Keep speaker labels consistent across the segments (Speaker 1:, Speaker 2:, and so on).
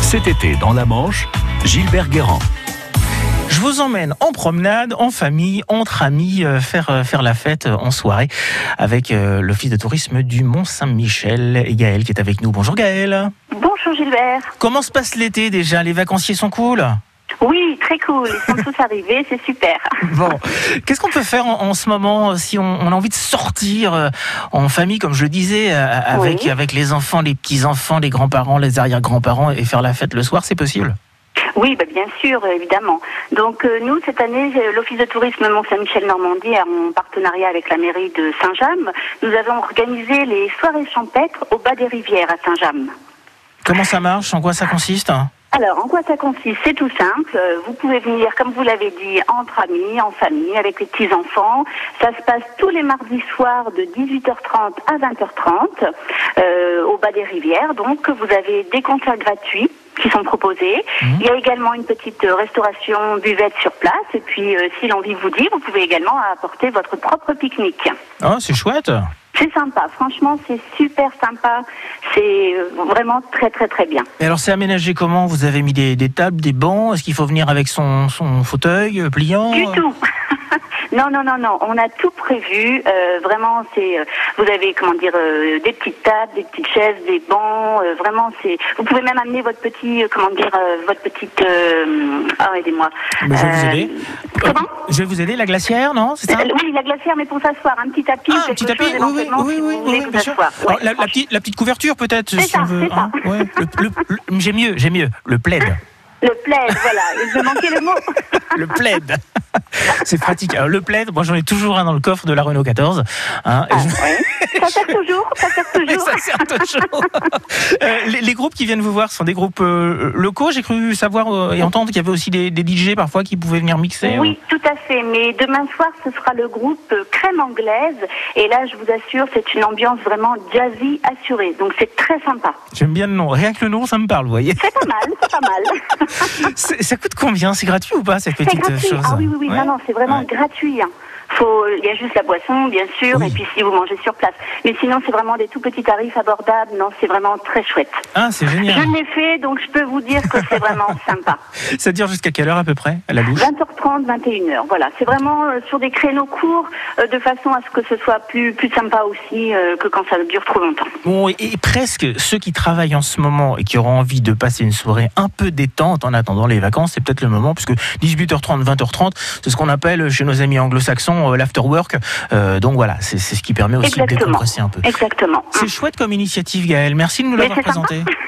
Speaker 1: Cet été dans la Manche, Gilbert Guérand.
Speaker 2: Je vous emmène en promenade, en famille, entre amis, euh, faire, euh, faire la fête euh, en soirée avec euh, l'Office de tourisme du Mont-Saint-Michel et Gaël qui est avec nous. Bonjour Gaël.
Speaker 3: Bonjour Gilbert.
Speaker 2: Comment se passe l'été déjà Les vacanciers sont cool
Speaker 3: Oui, très cool. Ils sont tous arrivés, c'est super.
Speaker 2: Bon, qu'est-ce qu'on peut faire en, en ce moment euh, si on, on a envie de sortir euh, en famille, comme je le disais, euh, avec,
Speaker 3: Oui.
Speaker 2: avec les enfants, les petits-enfants, les grands-parents, les arrière-grands-parents et faire la fête le soir, c'est possible
Speaker 3: Oui, bah, bien sûr, euh, évidemment. Donc euh, nous, cette année, euh, l'Office de tourisme Mont-Saint-Michel-Normandie, en partenariat avec la mairie de Saint-James, nous avons organisé les soirées champêtres au bas des rivières à Saint-James.
Speaker 2: Comment ça marche En quoi ça consiste
Speaker 3: Alors, en quoi ça consiste C'est tout simple. Euh, Vous pouvez venir, comme vous l'avez dit, entre amis, en famille, avec les petits-enfants. Ça se passe tous les mardis soirs de 18h30 à 20h30, euh, au bas des rivières. Donc, vous avez des concerts gratuits qui sont proposés. Il y a également une petite euh, restauration buvette sur place. Et puis, euh, si l'envie vous dit, vous pouvez également apporter votre propre pique-nique.
Speaker 2: Oh, c'est chouette
Speaker 3: C'est sympa. Franchement, c'est super sympa. C'est euh, vraiment très, très, très bien.
Speaker 2: Et alors, c'est aménagé comment Vous avez mis des, des tables, des bancs Est-ce qu'il faut venir avec son, son fauteuil euh, pliant
Speaker 3: Du tout. Non, non, non, non. On a tout prévu. Euh, vraiment, c'est. euh, vous avez comment dire euh, des petites tables, des petites chaises, des bancs. euh, vraiment, c'est. Vous pouvez même amener votre petit. euh, comment dire euh, Votre petite. euh, ah, aidez-moi.
Speaker 2: Mais bah, je vais vous
Speaker 3: Euh,
Speaker 2: aider.
Speaker 3: comment
Speaker 2: Je vais vous aider, la glacière, non C'est ça
Speaker 3: Euh, Oui, la glacière, mais pour s'asseoir, un petit tapis,
Speaker 2: Ah, un
Speaker 3: quelque
Speaker 2: petit tapis,
Speaker 3: chose
Speaker 2: oui, oui,
Speaker 3: éventuellement,
Speaker 2: oui, oui,
Speaker 3: si vous
Speaker 2: oui,
Speaker 3: voulez
Speaker 2: bien
Speaker 3: vous
Speaker 2: sûr.
Speaker 3: asseoir. Ouais,
Speaker 2: Alors, la, la petite, la petite couverture peut-être, si
Speaker 3: ça,
Speaker 2: on veut.
Speaker 3: c'est ça.
Speaker 2: hein, ouais, le- le- le- J'aime mieux, j'aime mieux. Le plaid.
Speaker 3: Le plaid, voilà. Je manquais le mot.
Speaker 2: Le plaid. C'est pratique. Alors, le plaid, moi j'en ai toujours un dans le coffre de la Renault 14. hein, et
Speaker 3: Ah,
Speaker 2: je-
Speaker 3: ouais. Ça sert toujours. Ça sert
Speaker 2: et
Speaker 3: toujours.
Speaker 2: ça sert toujours. Euh, les, les groupes qui viennent vous voir sont des groupes euh, locaux. J'ai cru savoir euh, et entendre qu'il y avait aussi des, des DJ parfois qui pouvaient venir mixer. hein.
Speaker 3: Oui, tout à fait. Mais demain soir, ce sera le groupe euh, Crème Anglaise. Et là, je vous assure, c'est une ambiance vraiment jazzy assurée. Donc, c'est très sympa.
Speaker 2: J'aime bien le nom. Rien que le nom, ça me parle, vous voyez.
Speaker 3: C'est pas mal, c'est pas mal.
Speaker 2: C'est- ça coûte combien C'est gratuit ou pas cette
Speaker 3: Ah. C'est
Speaker 2: petite euh,
Speaker 3: gratuit.
Speaker 2: chose
Speaker 3: Ah oui, oui, oui.
Speaker 2: Ouais.
Speaker 3: Non, non, c'est vraiment
Speaker 2: Ouais.
Speaker 3: gratuit. hein. Faut, il y a juste la boisson, bien sûr,
Speaker 2: Oui.
Speaker 3: et puis si vous mangez sur place. Mais sinon, c'est vraiment des tout petits tarifs abordables. Non, c'est vraiment très chouette.
Speaker 2: Ah, c'est génial.
Speaker 3: Je l'ai fait, donc je peux vous dire que c'est vraiment sympa.
Speaker 2: Ça dure jusqu'à quelle heure à peu près à la douche
Speaker 3: 20h30, 21h. Voilà, c'est vraiment euh, sur des créneaux courts, euh, de façon à ce que ce soit plus, plus sympa aussi euh, que quand ça dure trop longtemps.
Speaker 2: Bon, et, et presque ceux qui travaillent en ce moment et qui auront envie de passer une soirée un peu détente en attendant les vacances, c'est peut-être le moment, puisque 18h30, 20h30, c'est ce qu'on appelle chez nos amis anglo-saxons euh, l'afterwork. Euh, donc voilà, c'est c'est ce qui permet aussi de
Speaker 3: Exactement.
Speaker 2: décompresser un peu.
Speaker 3: Exactement.
Speaker 2: C'est chouette comme initiative, Gaël. Merci de nous
Speaker 3: Mais
Speaker 2: l'avoir
Speaker 3: c'est sympa.
Speaker 2: présentée.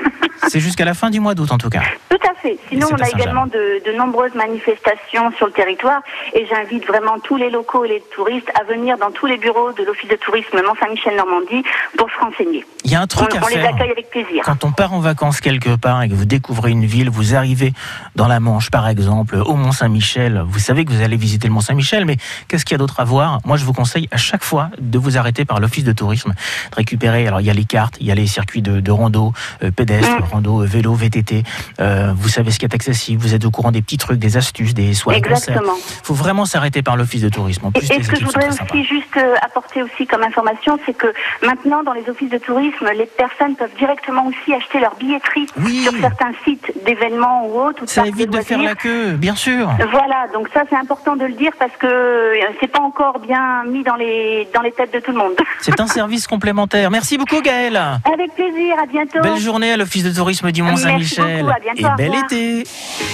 Speaker 2: C'est jusqu'à la fin du mois d'août, en tout cas.
Speaker 3: Tout à fait. Sinon,
Speaker 2: c'est
Speaker 3: on
Speaker 2: pas
Speaker 3: a
Speaker 2: Saint-Germain.
Speaker 3: également de, de nombreuses manifestations sur le territoire et j'invite vraiment tous les locaux et les touristes à venir dans tous les bureaux de l'Office de tourisme Mont-Saint-Michel-Normandie pour se renseigner.
Speaker 2: Il y a un
Speaker 3: On,
Speaker 2: truc à
Speaker 3: on les
Speaker 2: faire.
Speaker 3: accueille avec plaisir.
Speaker 2: Quand on part en vacances quelque part et que vous découvrez une ville, vous arrivez dans la Manche par exemple, au Mont-Saint-Michel, vous savez que vous allez visiter le Mont-Saint-Michel, mais qu'est-ce qu'il y a d'autre à voir Moi je vous conseille à chaque fois de vous arrêter par l'office de tourisme, de récupérer, alors il y a les cartes, il y a les circuits de, de rando, euh, pédestre,
Speaker 3: Mm.
Speaker 2: rando, euh, vélo, VTT, euh, vous savez ce qui est accessible, vous êtes au courant des petits trucs, des astuces, des soirées concerts.
Speaker 3: Exactement.
Speaker 2: faut vraiment s'arrêter par l'office de tourisme. En
Speaker 3: Et,
Speaker 2: plus,
Speaker 3: et
Speaker 2: les
Speaker 3: ce que je
Speaker 2: équipes sont
Speaker 3: voudrais
Speaker 2: très
Speaker 3: aussi
Speaker 2: sympas.
Speaker 3: juste euh, apporter aussi comme information, c'est que maintenant dans les offices de tourisme, les personnes peuvent directement aussi acheter leur billetterie
Speaker 2: Oui.
Speaker 3: sur certains sites d'événements ou autres. ou de
Speaker 2: Ça
Speaker 3: parcs
Speaker 2: évite de faire
Speaker 3: loisirs.
Speaker 2: la queue, bien sûr.
Speaker 3: Voilà, donc ça c'est important de le dire parce que euh, c'est pas encore bien mis dans les dans les têtes de tout le monde.
Speaker 2: C'est un service complémentaire. Merci beaucoup Gaël.
Speaker 3: Avec plaisir, à bientôt.
Speaker 2: Belle journée à l'Office de tourisme du
Speaker 3: Merci
Speaker 2: Mont-Saint-Michel.
Speaker 3: beaucoup, à bientôt,
Speaker 2: Et
Speaker 3: au
Speaker 2: bel
Speaker 3: revoir.
Speaker 2: été.